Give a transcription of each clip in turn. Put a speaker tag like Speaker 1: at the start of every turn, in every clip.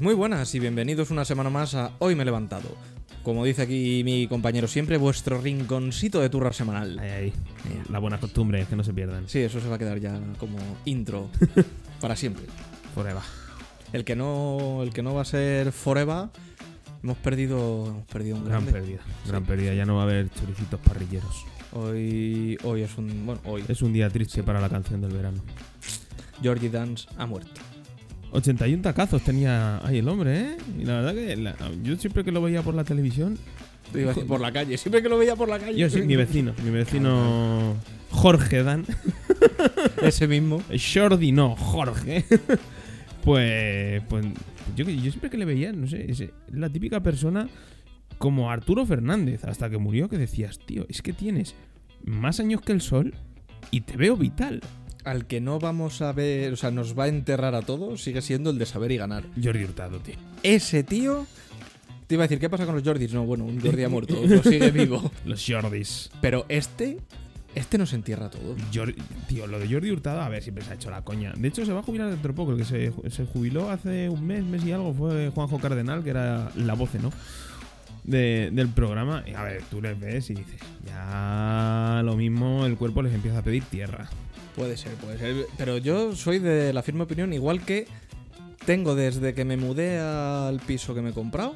Speaker 1: Muy buenas y bienvenidos una semana más a Hoy me he levantado. Como dice aquí mi compañero siempre, vuestro rinconcito de turra semanal.
Speaker 2: Ahí, ahí. Las buenas costumbres, que no se pierdan.
Speaker 1: Sí, eso se va a quedar ya como intro para siempre.
Speaker 2: Forever.
Speaker 1: El que no, el que no va a ser forever, hemos perdido, hemos perdido un
Speaker 2: Gran
Speaker 1: grande.
Speaker 2: pérdida, gran
Speaker 1: Sí.
Speaker 2: pérdida. Ya no va a haber choricitos parrilleros.
Speaker 1: Hoy, hoy es un, bueno, hoy
Speaker 2: Es un día triste para la canción del verano.
Speaker 1: Georgie Dance ha muerto.
Speaker 2: 81 tacazos tenía ahí el hombre, ¿eh? Y la verdad que la- yo siempre que lo veía por la televisión...
Speaker 1: Te iba a decir, por la calle, siempre que lo veía por la calle.
Speaker 2: Yo sí, mi vecino, mi vecino Jorge Dan.
Speaker 1: Ese mismo.
Speaker 2: Jordi no, Jorge. pues, pues yo, yo siempre que le veía, no sé, es la típica persona como Arturo Fernández, hasta que murió, que decías, tío, es que tienes más años que el sol y te veo vital.
Speaker 1: Al que no vamos a ver, o sea, nos va a enterrar a todos, sigue siendo el de saber y ganar.
Speaker 2: Jordi Hurtado, tío.
Speaker 1: Ese tío. Te iba a decir, ¿qué pasa con los Jordis? No, bueno, un Jordi ha muerto, otro sigue vivo.
Speaker 2: Los Jordis.
Speaker 1: Pero este. Este nos entierra todo.
Speaker 2: Jor- tío, lo de Jordi Hurtado, a ver, siempre se ha hecho la coña. De hecho, se va a jubilar dentro de poco, el que se, se jubiló hace un mes, mes y algo, fue Juanjo Cardenal, que era la voz, ¿no? De- del programa. Y a ver, tú les ves y dices, ya lo mismo, el cuerpo les empieza a pedir tierra.
Speaker 1: Puede ser, puede ser. Pero yo soy de la firme opinión, igual que tengo desde que me mudé al piso que me he comprado.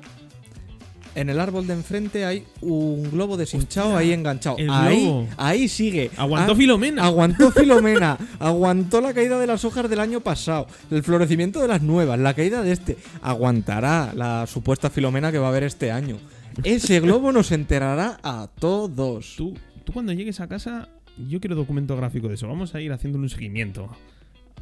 Speaker 1: En el árbol de enfrente hay un globo deshinchado ahí enganchado.
Speaker 2: el
Speaker 1: ahí,
Speaker 2: globo.
Speaker 1: ahí sigue.
Speaker 2: Aguantó
Speaker 1: Ah,
Speaker 2: Filomena.
Speaker 1: Aguantó Filomena, aguantó la caída de las hojas del año pasado, el florecimiento de las nuevas, la caída de este. Aguantará la supuesta Filomena que va a haber este año. Ese globo nos enterrará a todos.
Speaker 2: tú, tú cuando llegues a casa, yo quiero documento gráfico de eso. Vamos a ir haciendo un seguimiento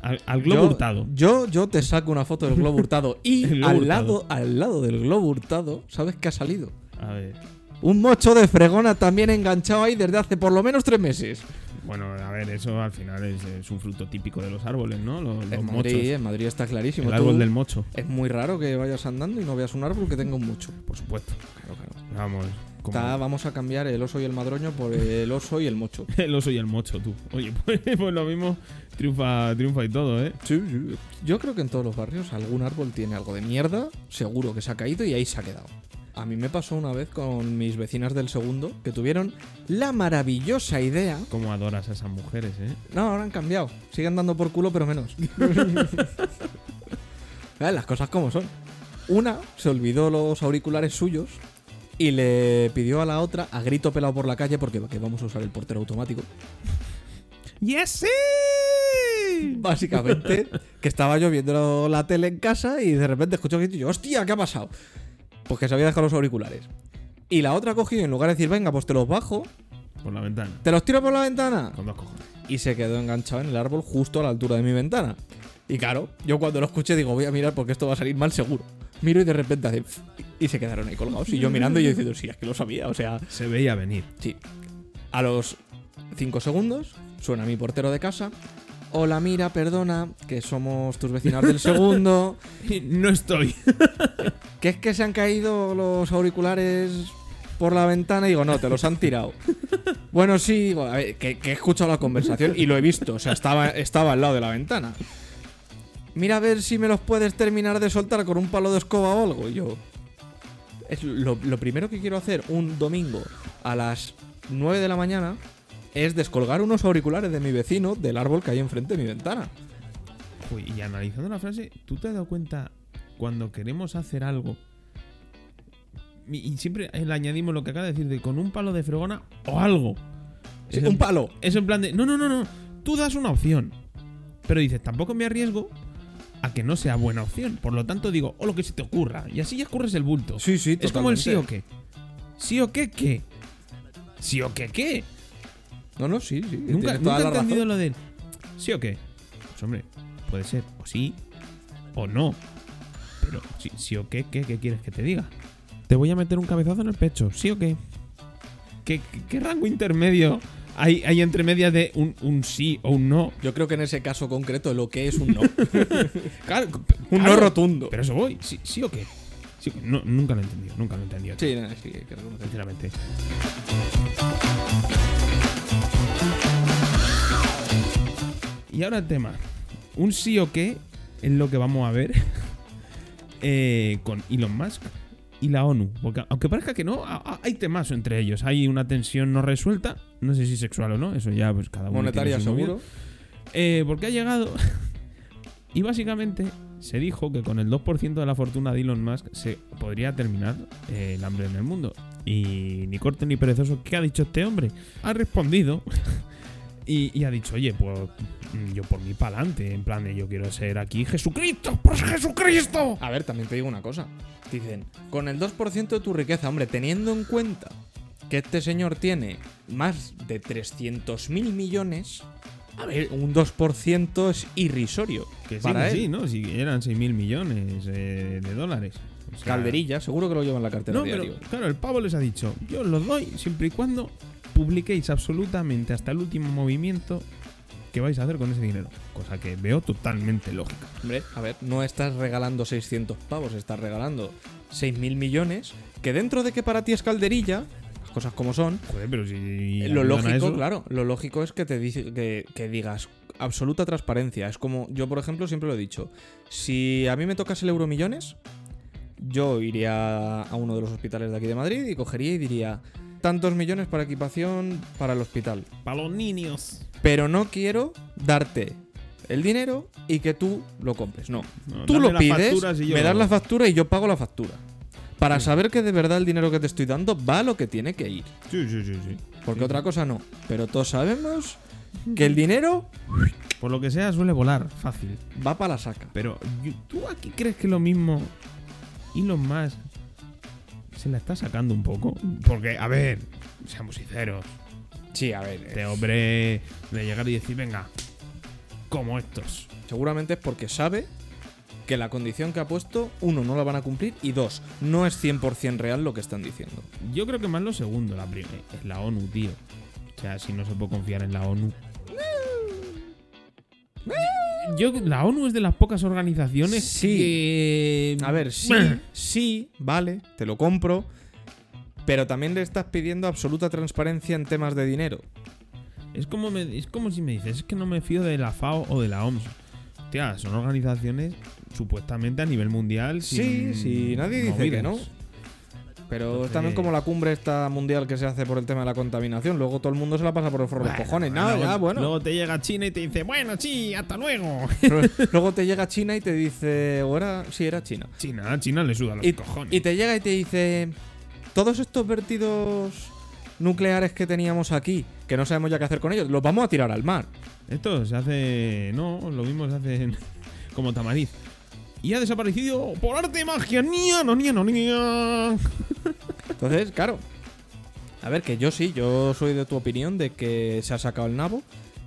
Speaker 2: al, al globo
Speaker 1: Yo-
Speaker 2: hurtado.
Speaker 1: Yo, yo te saco una foto del globo hurtado y
Speaker 2: El globo
Speaker 1: al,
Speaker 2: hurtado.
Speaker 1: Lado, al lado del globo hurtado, ¿sabes qué ha salido?
Speaker 2: A ver.
Speaker 1: Un mocho de fregona también enganchado ahí desde hace por lo menos tres meses.
Speaker 2: Bueno, a ver, eso al final es, es un fruto típico de los árboles, ¿no? Los, los
Speaker 1: En
Speaker 2: mochos.
Speaker 1: Madrid, en Madrid está clarísimo.
Speaker 2: El
Speaker 1: Tú-
Speaker 2: árbol del mocho,
Speaker 1: Es muy raro que vayas andando y no veas un árbol que tenga un mocho.
Speaker 2: por supuesto.
Speaker 1: Claro, claro.
Speaker 2: Vamos. como-
Speaker 1: Está- vamos a cambiar el oso y el madroño por el oso y el mocho.
Speaker 2: El oso y el mocho, tú. Oye, pues, pues lo mismo triunfa, triunfa y todo, ¿eh?
Speaker 1: Yo creo que en todos los barrios algún árbol tiene algo de mierda, seguro que se ha caído y ahí se ha quedado. A mí me pasó una vez con mis vecinas del segundo que tuvieron la maravillosa idea.
Speaker 2: Cómo adoras a esas mujeres, ¿eh?
Speaker 1: No, ahora han cambiado. Siguen dando por culo, pero menos. Eh, Las cosas como son. Una se olvidó los auriculares suyos y le pidió a la otra a grito pelado por la calle porque que vamos a usar el portero automático.
Speaker 2: ¡Yes, sí!
Speaker 1: Básicamente, que estaba yo viendo la tele en casa y de repente escucho que yo, hostia, ¿qué ha pasado? Pues que se había dejado los auriculares. Y la otra cogió y en lugar de decir, venga, pues te los bajo,
Speaker 2: Por la ventana.
Speaker 1: te los tiro por la ventana.
Speaker 2: Con dos cojones.
Speaker 1: Y se quedó enganchado en el árbol justo a la altura de mi ventana. Y claro, yo cuando lo escuché digo, voy a mirar porque esto va a salir mal seguro. Miro y de repente hace... "Pf", Y se quedaron ahí colgados. Y yo mirando y yo diciendo, sí, es que lo sabía. O sea,
Speaker 2: Se veía venir.
Speaker 1: Sí. A los 5 segundos suena mi portero de casa. Hola, mira, perdona, que somos tus vecinas del segundo.
Speaker 2: No estoy.
Speaker 1: Que es que se han caído los auriculares por la ventana. Y digo, no, te los han tirado. Bueno, sí, digo, a ver, que, que he escuchado la conversación y lo he visto. O sea, estaba, estaba al lado de la ventana. Mira a ver si me los puedes terminar de soltar con un palo de escoba o algo. Y yo. Es lo, lo primero que quiero hacer un domingo a las 9 de la mañana es descolgar unos auriculares de mi vecino del árbol que hay enfrente de mi ventana.
Speaker 2: Uy, y analizando la frase, ¿tú te has dado cuenta cuando queremos hacer algo? Y y siempre le añadimos lo que acaba de decir, de con un palo de fregona o algo.
Speaker 1: Sí,
Speaker 2: Es en-
Speaker 1: un palo.
Speaker 2: Es en plan de, no, no, no, no. Tú das una opción. Pero dices, tampoco me arriesgo a que no sea buena opción. Por lo tanto, digo, o lo que se te ocurra. Y así ya escurres el bulto.
Speaker 1: Sí, sí,
Speaker 2: es como el sí o
Speaker 1: totalmente.
Speaker 2: qué. ¿Sí o qué qué? ¿Sí o qué qué?
Speaker 1: No, no, sí, sí.
Speaker 2: Nunca,
Speaker 1: tienes toda
Speaker 2: nunca he
Speaker 1: la razón.
Speaker 2: entendido lo del sí o qué. Pues hombre, puede ser o sí o no. Pero sí, sí o qué, qué, qué quieres que te diga. Te voy a meter un cabezazo en el pecho, sí o qué. ¿Qué, qué- qué rango intermedio hay, hay entre medias de un, un sí o un no?
Speaker 1: Yo creo que en ese caso concreto lo que es un no.
Speaker 2: Claro,
Speaker 1: un no
Speaker 2: claro,
Speaker 1: rotundo.
Speaker 2: Pero eso voy, sí, sí o qué. Sí o qué. No, nunca lo he entendido, nunca lo he entendido.
Speaker 1: Sí, no, sí, hay que reconocer.
Speaker 2: sinceramente. Y ahora el tema. Un sí o qué es lo que vamos a ver eh, con Elon Musk y la ONU. Porque aunque parezca que no, a- a- hay temazo entre ellos. Hay una tensión no resuelta, no sé si sexual o no, eso ya pues cada uno. tiene
Speaker 1: Monetaria
Speaker 2: su movida.
Speaker 1: seguro.
Speaker 2: Eh, porque ha llegado. y básicamente se dijo que con el 2% de la fortuna de Elon Musk se podría terminar eh, el hambre en el mundo. Y ni corto ni perezoso, ¿qué ha dicho este hombre? Ha respondido y, y ha dicho, oye, pues mm, yo por mí para adelante, en plan de yo quiero ser aquí Jesucristo, por Jesucristo.
Speaker 1: A ver, también te digo una cosa. Dicen, con el 2% de tu riqueza, hombre, teniendo en cuenta que este señor tiene más de 300.000 millones, a ver, un 2% es irrisorio
Speaker 2: Que sí,
Speaker 1: para
Speaker 2: que
Speaker 1: él.
Speaker 2: sí, ¿no? Si eran 6.000 millones eh, de dólares. O sea,
Speaker 1: Calderilla, seguro que lo lleva en la cartera
Speaker 2: No,
Speaker 1: diario.
Speaker 2: pero claro, el pavo les ha dicho, yo os los doy siempre y cuando publiquéis absolutamente hasta el último movimiento que vais a hacer con ese dinero. Cosa que veo totalmente lógica.
Speaker 1: Hombre, a ver, no estás regalando 600 pavos, estás regalando 6.000 millones, que dentro de que para ti es calderilla, las cosas como son,
Speaker 2: Joder, pero si...
Speaker 1: Eh, lo
Speaker 2: ayudan a
Speaker 1: lógico,
Speaker 2: eso-
Speaker 1: claro, lo lógico es que te dice que, que digas absoluta transparencia. Es como yo, por ejemplo, siempre lo he dicho. Si a mí me tocas el euro millones, yo iría a uno de los hospitales de aquí de Madrid y cogería y diría tantos millones para equipación para el hospital.
Speaker 2: Para los niños.
Speaker 1: Pero no quiero darte el dinero y que tú lo compres. No.
Speaker 2: No,
Speaker 1: tú
Speaker 2: dame
Speaker 1: lo
Speaker 2: las
Speaker 1: pides,
Speaker 2: facturas y yo-
Speaker 1: me das la factura y yo pago la factura. Para saber que de verdad el dinero que te estoy dando va a lo que tiene que ir.
Speaker 2: Sí, sí, sí, sí.
Speaker 1: Porque otra cosa no. Pero todos sabemos que el dinero
Speaker 2: Por lo que sea, suele volar fácil.
Speaker 1: va para la saca.
Speaker 2: Pero, ¿tú aquí crees que lo mismo Elon Musk se la está sacando un poco? Porque, a ver, seamos sinceros.
Speaker 1: Sí, a ver. eh.
Speaker 2: Este hombre de llegar y decir, venga, como estos.
Speaker 1: Seguramente es porque sabe que la condición que ha puesto, uno, no la van a cumplir y dos, no es 100% real lo que están diciendo.
Speaker 2: Yo creo que más lo segundo, la primera. Es la ONU, tío. O sea, si no se puede confiar en la ONU. Yo, la ONU es de las pocas organizaciones
Speaker 1: Sí.
Speaker 2: que.
Speaker 1: A ver, sí, sí, vale, te lo compro. Pero también le estás pidiendo absoluta transparencia en temas de dinero.
Speaker 2: Es como, me- es como si me dices, es que no me fío de la FAO o de la OMS. Hostia, son organizaciones supuestamente a nivel mundial.
Speaker 1: Sí,
Speaker 2: sin
Speaker 1: sí, nadie dice
Speaker 2: movidas.
Speaker 1: que no. Pero
Speaker 2: Entonces-
Speaker 1: es también como la cumbre esta mundial que se hace por el tema de la contaminación. Luego todo el mundo se la pasa por el forro de los
Speaker 2: Bueno,
Speaker 1: cojones. No,
Speaker 2: luego-
Speaker 1: ya, bueno.
Speaker 2: Luego te llega China y te dice, bueno, sí, hasta luego.
Speaker 1: Pero Luego te llega China y te dice, o era, sí, era China.
Speaker 2: China, a China le suda los
Speaker 1: Y,
Speaker 2: cojones.
Speaker 1: y te llega y te dice, todos estos vertidos nucleares que teníamos aquí, que no sabemos ya qué hacer con ellos, los vamos a tirar al mar.
Speaker 2: Esto se hace. No, lo mismo se hace en- como tamariz. Y ha desaparecido por arte de magia. ¡Nia, no, nia, no, nia!
Speaker 1: Entonces, claro. A ver, que yo sí, yo soy de tu opinión de que se ha sacado el nabo,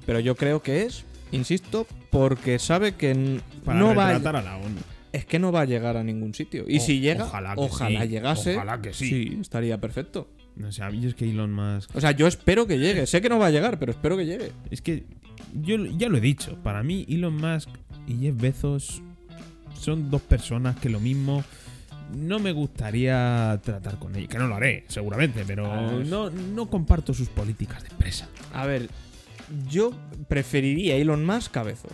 Speaker 1: pero yo creo que es, insisto, porque sabe que n-
Speaker 2: Para
Speaker 1: no va
Speaker 2: retratar
Speaker 1: a,
Speaker 2: a la ONU.
Speaker 1: es que no va a llegar a ningún sitio. Y
Speaker 2: O-
Speaker 1: si llega,
Speaker 2: ojalá
Speaker 1: ojalá,
Speaker 2: que sí,
Speaker 1: llegase.
Speaker 2: ojalá que sí.
Speaker 1: estaría perfecto.
Speaker 2: No sé, a mí es que Elon Musk.
Speaker 1: O sea, yo espero que llegue. Sé que no va a llegar, pero espero que llegue.
Speaker 2: Es que. Yo ya lo he dicho. Para mí, Elon Musk y Jeff Bezos son dos personas que lo mismo. No me gustaría tratar con ellos. Que no lo haré, seguramente, pero
Speaker 1: Ah, es-
Speaker 2: no, no comparto sus políticas de empresa.
Speaker 1: A ver, yo preferiría Elon Musk a Bezos.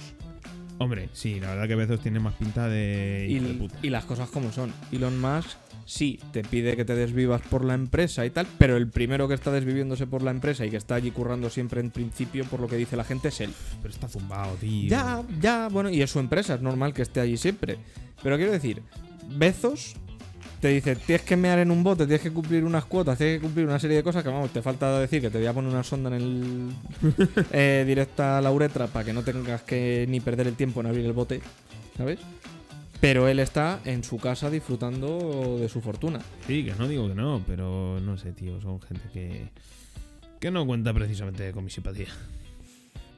Speaker 2: Hombre, sí, la verdad que Bezos tiene más pinta de.
Speaker 1: Y,
Speaker 2: hijo de puta.
Speaker 1: y las cosas como son. Elon Musk sí te pide que te desvivas por la empresa y tal, pero el primero que está desviviéndose por la empresa y que está allí currando siempre en principio por lo que dice la gente es él.
Speaker 2: Pero está zumbado, tío.
Speaker 1: Ya, ya, bueno, y es su empresa, es normal que esté allí siempre. Pero quiero decir, Bezos te dice, tienes que mear en un bote, tienes que cumplir unas cuotas, tienes que cumplir una serie de cosas que, vamos, te falta decir que te voy a poner una sonda en el... eh, directa a la uretra para que no tengas que ni perder el tiempo en abrir el bote, ¿sabes? Pero él está en su casa disfrutando de su fortuna.
Speaker 2: Sí, que no digo que no, pero no sé, tío. Son gente que. que no cuenta precisamente con mi simpatía.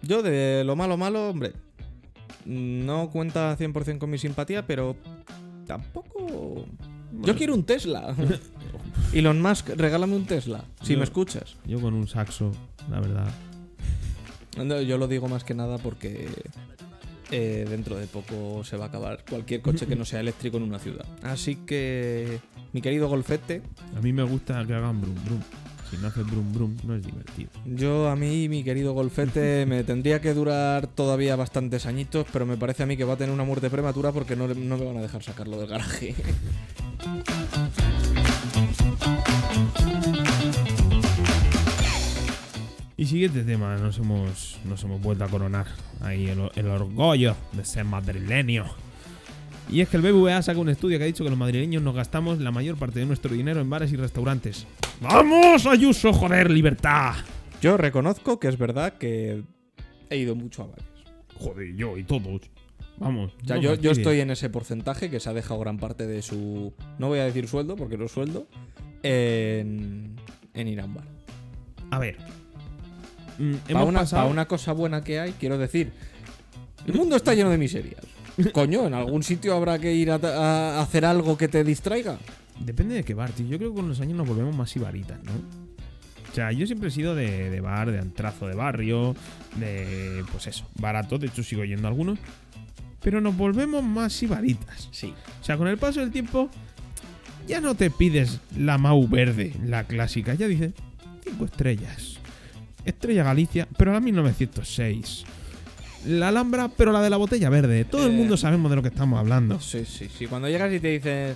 Speaker 1: Yo de lo malo malo, hombre, no cuenta 100% con mi simpatía, pero tampoco... Yo
Speaker 2: Bueno,
Speaker 1: quiero un Tesla. Elon Musk, regálame un Tesla, si
Speaker 2: Yo-
Speaker 1: me escuchas.
Speaker 2: Yo con un saxo, la verdad.
Speaker 1: No, yo lo digo más que nada porque eh, dentro de poco se va a acabar cualquier coche que no sea eléctrico en una ciudad. Así que, mi querido golfete,
Speaker 2: A mí me gusta que hagan brum brum. Si no hace brum brum, no es divertido.
Speaker 1: Yo a mí, mi querido golfete, me tendría que durar todavía bastantes añitos, pero me parece a mí que va a tener una muerte prematura porque no, le- no me van a dejar sacarlo del garaje.
Speaker 2: Y siguiente tema, nos hemos, nos hemos vuelto a coronar ahí el, o- el orgullo de ser madrileño. Y es que el BBVA saca un estudio que ha dicho que los madrileños nos gastamos la mayor parte de nuestro dinero en bares y restaurantes. ¡Vamos, Ayuso, joder, libertad!
Speaker 1: Yo reconozco que es verdad que he ido mucho a bares.
Speaker 2: Joder, yo y todos. Vamos.
Speaker 1: O sea, yo,
Speaker 2: no pues,
Speaker 1: yo
Speaker 2: fastidies.
Speaker 1: estoy en ese porcentaje que se ha dejado gran parte de su. No voy a decir sueldo, porque no es sueldo. En, en ir a un bar.
Speaker 2: A ver. Mm,
Speaker 1: Para
Speaker 2: hemos
Speaker 1: una,
Speaker 2: pasado.
Speaker 1: pa' una cosa buena que hay, quiero decir. El mundo está lleno de miserias. Coño, en algún sitio habrá que ir a, ta- a hacer algo que te distraiga.
Speaker 2: Depende de qué bar, tío. Yo creo que con los años nos volvemos más ibaritas, ¿no? O sea, yo siempre he sido de, de bar, de antrazo de barrio, de. Pues eso, barato. De hecho, sigo yendo a algunos. Pero nos volvemos más ibaritas.
Speaker 1: Sí.
Speaker 2: O sea, con el paso del tiempo, ya no te pides la Mau verde, la clásica. Ya dices, cinco estrellas. Estrella Galicia, pero la 1906. La Alhambra, pero la de la botella verde. Todo el
Speaker 1: Eh.
Speaker 2: mundo sabemos de lo que estamos hablando.
Speaker 1: Sí, sí, sí. Cuando llegas y te dices.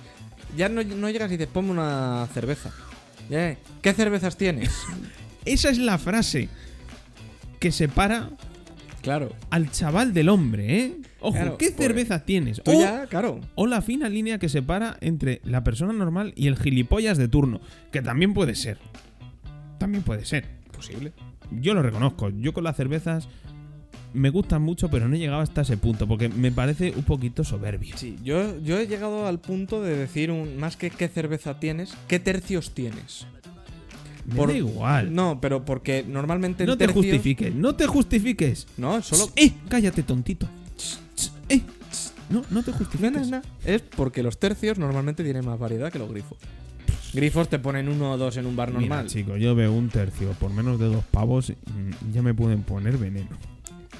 Speaker 1: Ya no, no llegas y dices, ponme una cerveza. Ya, ¿eh? ¿Qué cervezas tienes?
Speaker 2: Esa es la frase que separa
Speaker 1: Claro.
Speaker 2: al chaval del hombre, ¿eh? Ojo,
Speaker 1: Claro,
Speaker 2: ¿qué
Speaker 1: pues,
Speaker 2: cervezas tienes?
Speaker 1: Tú
Speaker 2: O-
Speaker 1: ya, claro.
Speaker 2: o la fina línea que separa entre la persona normal y el gilipollas de turno, que también puede ser. También puede ser.
Speaker 1: Posible.
Speaker 2: Yo lo reconozco. Yo con las cervezas me gustan mucho, pero no he llegado hasta ese punto, porque me parece un poquito soberbio.
Speaker 1: Sí, yo, yo he llegado al punto de decir un, más que qué cerveza tienes, qué tercios tienes.
Speaker 2: Me
Speaker 1: Por-
Speaker 2: da igual.
Speaker 1: No, pero porque normalmente
Speaker 2: No
Speaker 1: en
Speaker 2: te
Speaker 1: tercios-
Speaker 2: justifiques, no te justifiques.
Speaker 1: No, solo.
Speaker 2: Ch, ¡Eh! Cállate, tontito. Ch, ch, ¡Eh! ch. No, no te
Speaker 1: No,
Speaker 2: justifiques.
Speaker 1: no, no. Es porque los tercios normalmente tienen más variedad que los grifos. Grifos te ponen uno o dos en un bar
Speaker 2: Mira,
Speaker 1: normal.
Speaker 2: chico, yo veo un tercio por menos de dos pavos mm, ya me pueden poner veneno.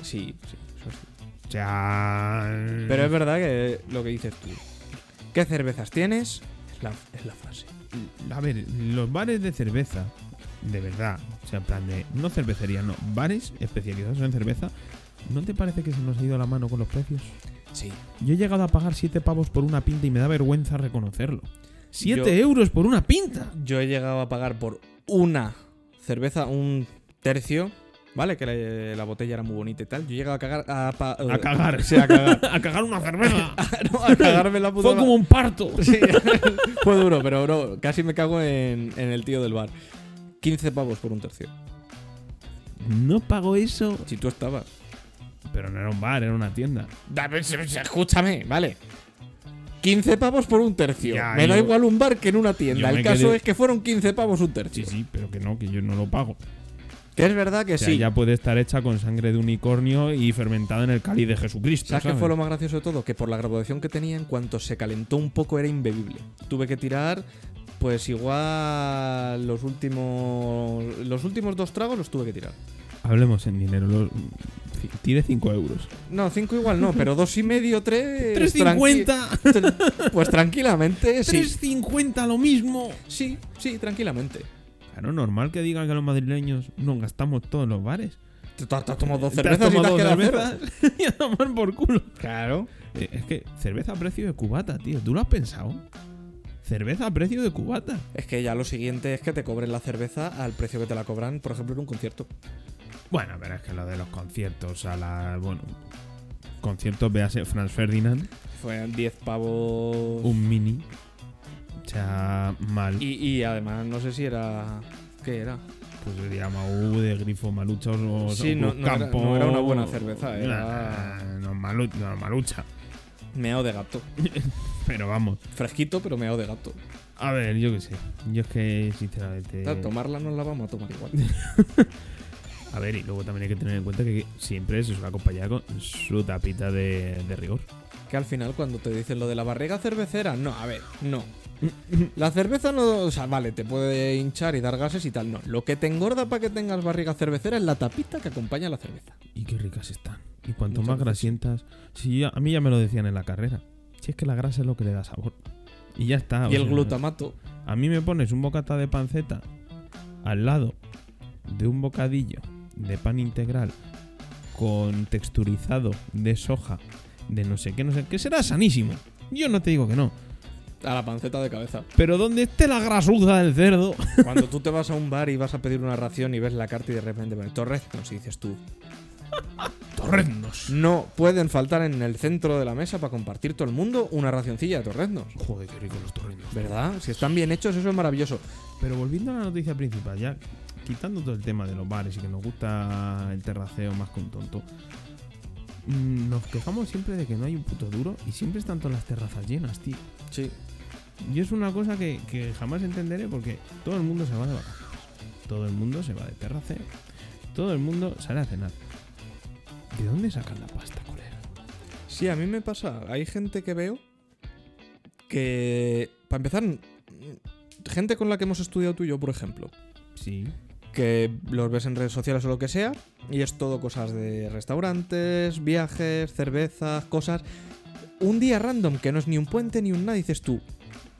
Speaker 1: sí, sí, eso sí.
Speaker 2: O sea...
Speaker 1: Pero es verdad que lo que dices tú. ¿Qué cervezas tienes? Es la, es la frase.
Speaker 2: mm, A ver, los bares de cerveza, de verdad, o sea, en plan de. No cervecería, no. Bares especializados en cerveza, ¿no te parece que se nos ha ido la mano con los precios?
Speaker 1: Sí.
Speaker 2: Yo he llegado a pagar 7 pavos por una pinta y me da vergüenza reconocerlo. ¡7
Speaker 1: Yo-
Speaker 2: euros por una pinta!
Speaker 1: Yo he llegado a pagar por una cerveza, un tercio. Vale, que la, la botella era muy bonita y tal. Yo he llegado a cagar. A, pa-
Speaker 2: A cagar.
Speaker 1: Sí, a cagar.
Speaker 2: a cagar una cerveza.
Speaker 1: no, a cagarme en la puta.
Speaker 2: Fue como un parto.
Speaker 1: Sí. Fue duro, pero no, casi me cago en, en el tío del bar. 15 pavos por un tercio.
Speaker 2: No pago eso.
Speaker 1: Si tú estabas.
Speaker 2: Pero no era un bar, era una tienda.
Speaker 1: Dame, se- se- pues, Escúchame, vale. 15 pavos por un tercio.
Speaker 2: Ya,
Speaker 1: me da
Speaker 2: yo-
Speaker 1: igual un bar que en una
Speaker 2: yo
Speaker 1: tienda.
Speaker 2: me
Speaker 1: El caso
Speaker 2: quedé-
Speaker 1: es que fueron 15 pavos un tercio.
Speaker 2: Sí, sí, pero que no, que yo no lo pago.
Speaker 1: Que es verdad que
Speaker 2: O sea,
Speaker 1: sí.
Speaker 2: ya puede estar hecha con sangre de unicornio y fermentada en el cáliz de Jesucristo.
Speaker 1: ¿Sabes
Speaker 2: ¿Sabes,
Speaker 1: qué fue lo más gracioso de todo? Que por la graduación que tenía, en cuanto se calentó un poco, era imbebible. Tuve que tirar, pues igual los últimos. Los últimos dos tragos los tuve que tirar.
Speaker 2: Hablemos en dinero. Lo... ci- Tire 5 euros.
Speaker 1: No, cinco igual no, pero dos y medio, tres.
Speaker 2: ¡3.50!
Speaker 1: tranqui- Pues tranquilamente, sí.
Speaker 2: ¡3.50 lo mismo!
Speaker 1: Sí, sí, tranquilamente.
Speaker 2: Claro, normal que digan que los madrileños nos gastamos todos en los bares.
Speaker 1: Te, te has tomado dos
Speaker 2: Te
Speaker 1: cervezas
Speaker 2: has
Speaker 1: y te has
Speaker 2: tomado
Speaker 1: quedado
Speaker 2: dos
Speaker 1: cero.
Speaker 2: cervezas y a tomar por culo.
Speaker 1: Claro.
Speaker 2: Eh, Es que cerveza a precio de cubata, tío. ¿Tú lo has pensado? Cerveza a precio de cubata.
Speaker 1: Es que ya lo siguiente es que te cobren la cerveza al precio que te la cobran, por ejemplo, en un concierto.
Speaker 2: Bueno, pero es que lo de los conciertos a la... Bueno... Conciertos, véase Franz Ferdinand,
Speaker 1: Fueron 10 pavos.
Speaker 2: un mini. O sea, mal.
Speaker 1: Y, y además, no sé si era. ¿Qué era?
Speaker 2: Pues sería Mau de Grifo Maluchos o
Speaker 1: Sí,
Speaker 2: o
Speaker 1: no- no era-
Speaker 2: Campo.
Speaker 1: no era una buena cerveza, ¿eh? Ah. era-
Speaker 2: Nah, no, malu- no, malucha.
Speaker 1: Meao de gato.
Speaker 2: Pero vamos.
Speaker 1: Fresquito, pero meao de gato.
Speaker 2: A ver, yo qué sé. Yo es que, sinceramente.
Speaker 1: Claro, Tomarla nos la vamos a tomar igual.
Speaker 2: A ver, y luego también hay que tener en cuenta que siempre se suele acompañar con su tapita de, de rigor.
Speaker 1: Que al final, cuando te dicen lo de la barriga cervecera, no, a ver, no. La cerveza no. O sea, vale, te puede hinchar y dar gases y tal, no. Lo que te engorda para que tengas barriga cervecera es la tapita que acompaña a la cerveza.
Speaker 2: Y qué ricas están. Y cuanto
Speaker 1: Muchas
Speaker 2: más grasientas. Sí, ya- a mí ya me lo decían en la carrera. Si es que la grasa es lo que le da sabor. Y ya está. o
Speaker 1: y el
Speaker 2: sea,
Speaker 1: glutamato.
Speaker 2: A mí me pones un bocata de panceta al lado de un bocadillo de pan integral con texturizado de soja, de no sé qué, no sé qué, será sanísimo. Yo no te digo que no.
Speaker 1: A la panceta de cabeza.
Speaker 2: Pero donde esté la grasuda del cerdo,
Speaker 1: Cuando tú te vas a un bar y vas a pedir una ración y ves la carta y de repente pones torreznos y dices tú,
Speaker 2: torreznos.
Speaker 1: no pueden faltar en el centro de la mesa para compartir todo el mundo una racioncilla de torreznos.
Speaker 2: Joder, qué rico los torreznos.
Speaker 1: ¿Verdad? Si están bien hechos, eso es maravilloso.
Speaker 2: Pero volviendo a la noticia principal, ya quitando todo el tema de los bares y que nos gusta el terraceo más con tonto, mm, nos quejamos siempre de que no hay un puto duro y siempre están todas las terrazas llenas, tío.
Speaker 1: Sí.
Speaker 2: Y es una cosa que, que jamás entenderé porque todo el mundo se va de vacaciones. Todo el mundo se va de terraceo. Todo el mundo sale a cenar. ¿De dónde sacan la pasta, colega?
Speaker 1: Sí, a mí me pasa. Hay gente que veo que, para empezar, gente con la que hemos estudiado tú y yo, por ejemplo,
Speaker 2: Sí.
Speaker 1: que los ves en redes sociales o lo que sea, y es todo cosas de restaurantes, viajes, cervezas, cosas. Un día random que no es ni un puente ni un nada, dices tú.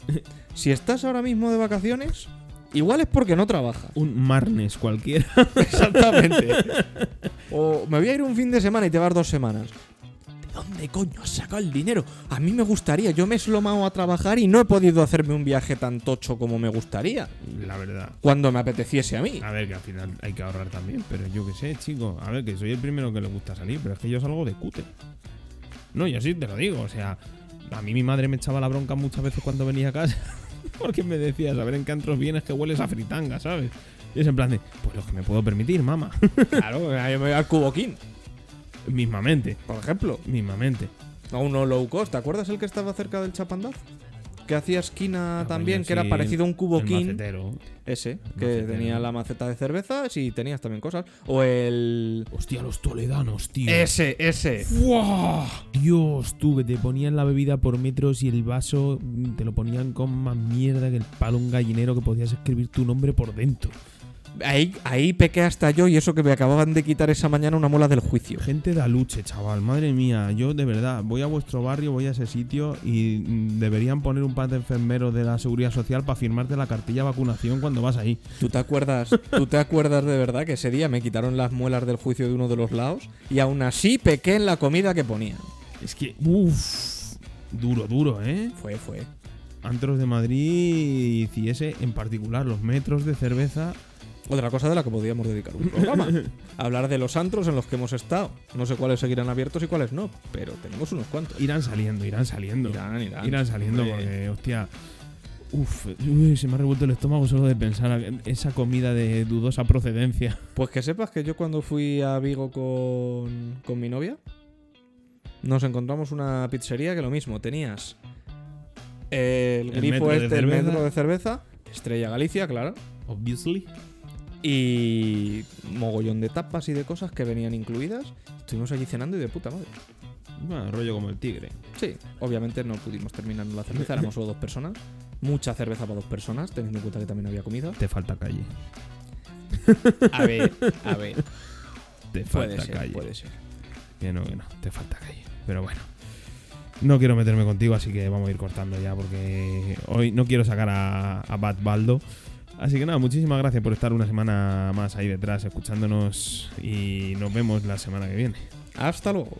Speaker 1: Si estás ahora mismo de vacaciones, igual es porque no trabajas.
Speaker 2: Un marnes cualquiera.
Speaker 1: Exactamente. O me voy a ir un fin de semana y te vas dos semanas. ¿De dónde coño has sacado el dinero? A mí me gustaría, yo me he slomado a trabajar y no he podido hacerme un viaje tan tocho como me gustaría,
Speaker 2: La verdad.
Speaker 1: cuando me apeteciese a mí.
Speaker 2: A ver, que al final hay que ahorrar también, pero yo qué sé, chico. A ver, que soy el primero que le gusta salir, pero es que yo salgo de cute. No, yo sí te lo digo, o sea, a mí mi madre me echaba la bronca muchas veces cuando venía a casa, porque me decía, a ver en qué antros vienes que hueles a fritanga, ¿sabes? Y es en plan de, pues los que me puedo permitir, mamá.
Speaker 1: Claro, yo me voy al Cuboquín,
Speaker 2: mismamente,
Speaker 1: por ejemplo.
Speaker 2: mismamente.
Speaker 1: A uno low cost, ¿te acuerdas el que estaba cerca del Chapandaz? Que hacía esquina
Speaker 2: Ah,
Speaker 1: también,
Speaker 2: coño,
Speaker 1: que era
Speaker 2: sí,
Speaker 1: parecido a un
Speaker 2: el
Speaker 1: Cuboquín.
Speaker 2: macetero.
Speaker 1: Ese, que
Speaker 2: macetero.
Speaker 1: tenía la maceta de cervezas y tenías también cosas. O el...
Speaker 2: Hostia, los toledanos, tío.
Speaker 1: Ese, ese.
Speaker 2: ¡Fua! Dios, tú, que te ponían la bebida por metros y el vaso mm, te lo ponían con más mierda que el palo de un gallinero que podías escribir tu nombre por dentro.
Speaker 1: Ahí, ahí pequé hasta yo y eso que me acababan de quitar esa mañana una muela del juicio.
Speaker 2: Gente de aluche, chaval, madre mía, yo de verdad, voy a vuestro barrio, voy a ese sitio y mm, deberían poner un par de enfermeros de la seguridad social para firmarte la cartilla de vacunación cuando vas ahí.
Speaker 1: ¿Tú te acuerdas? ¿Tú te acuerdas de verdad que ese día me quitaron las muelas del juicio de uno de los lados? Y aún así pequé en la comida que ponían.
Speaker 2: Es que, uff, duro, duro, ¿eh?
Speaker 1: Fue, fue.
Speaker 2: Antros de Madrid y Ciese, en particular los metros de cerveza,
Speaker 1: Otra cosa de la que podíamos dedicar un programa. Hablar de los antros en los que hemos estado. No sé cuáles seguirán abiertos y cuáles no, pero tenemos unos cuantos.
Speaker 2: irán saliendo, irán saliendo.
Speaker 1: Irán, irán.
Speaker 2: Irán saliendo
Speaker 1: Hombre.
Speaker 2: porque, hostia. Uf, uy, se me ha revuelto el estómago solo de pensar a- esa comida de dudosa procedencia.
Speaker 1: Pues que sepas que yo cuando fui a Vigo con, con mi novia, nos encontramos una pizzería que lo mismo, tenías el
Speaker 2: El
Speaker 1: grifo
Speaker 2: metro de
Speaker 1: este, el
Speaker 2: cerveza.
Speaker 1: metro de cerveza, Estrella Galicia, claro,
Speaker 2: Obviously.
Speaker 1: y mogollón de tapas y de cosas que venían incluidas. Estuvimos allí cenando y de puta madre.
Speaker 2: Bueno, rollo como el tigre.
Speaker 1: Sí, obviamente no pudimos terminar la cerveza, éramos solo dos personas. Mucha cerveza para dos personas, teniendo en cuenta que también había comida.
Speaker 2: Te falta calle.
Speaker 1: A ver, a ver,
Speaker 2: Te
Speaker 1: puede
Speaker 2: falta
Speaker 1: ser,
Speaker 2: calle.
Speaker 1: puede ser.
Speaker 2: Que no, que no, te falta calle. Pero bueno. No quiero meterme contigo, así que vamos a ir cortando ya porque hoy no quiero sacar a, a Bad Baldo. Así que nada, muchísimas gracias por estar una semana más ahí detrás escuchándonos y nos vemos la semana que viene.
Speaker 1: Hasta luego.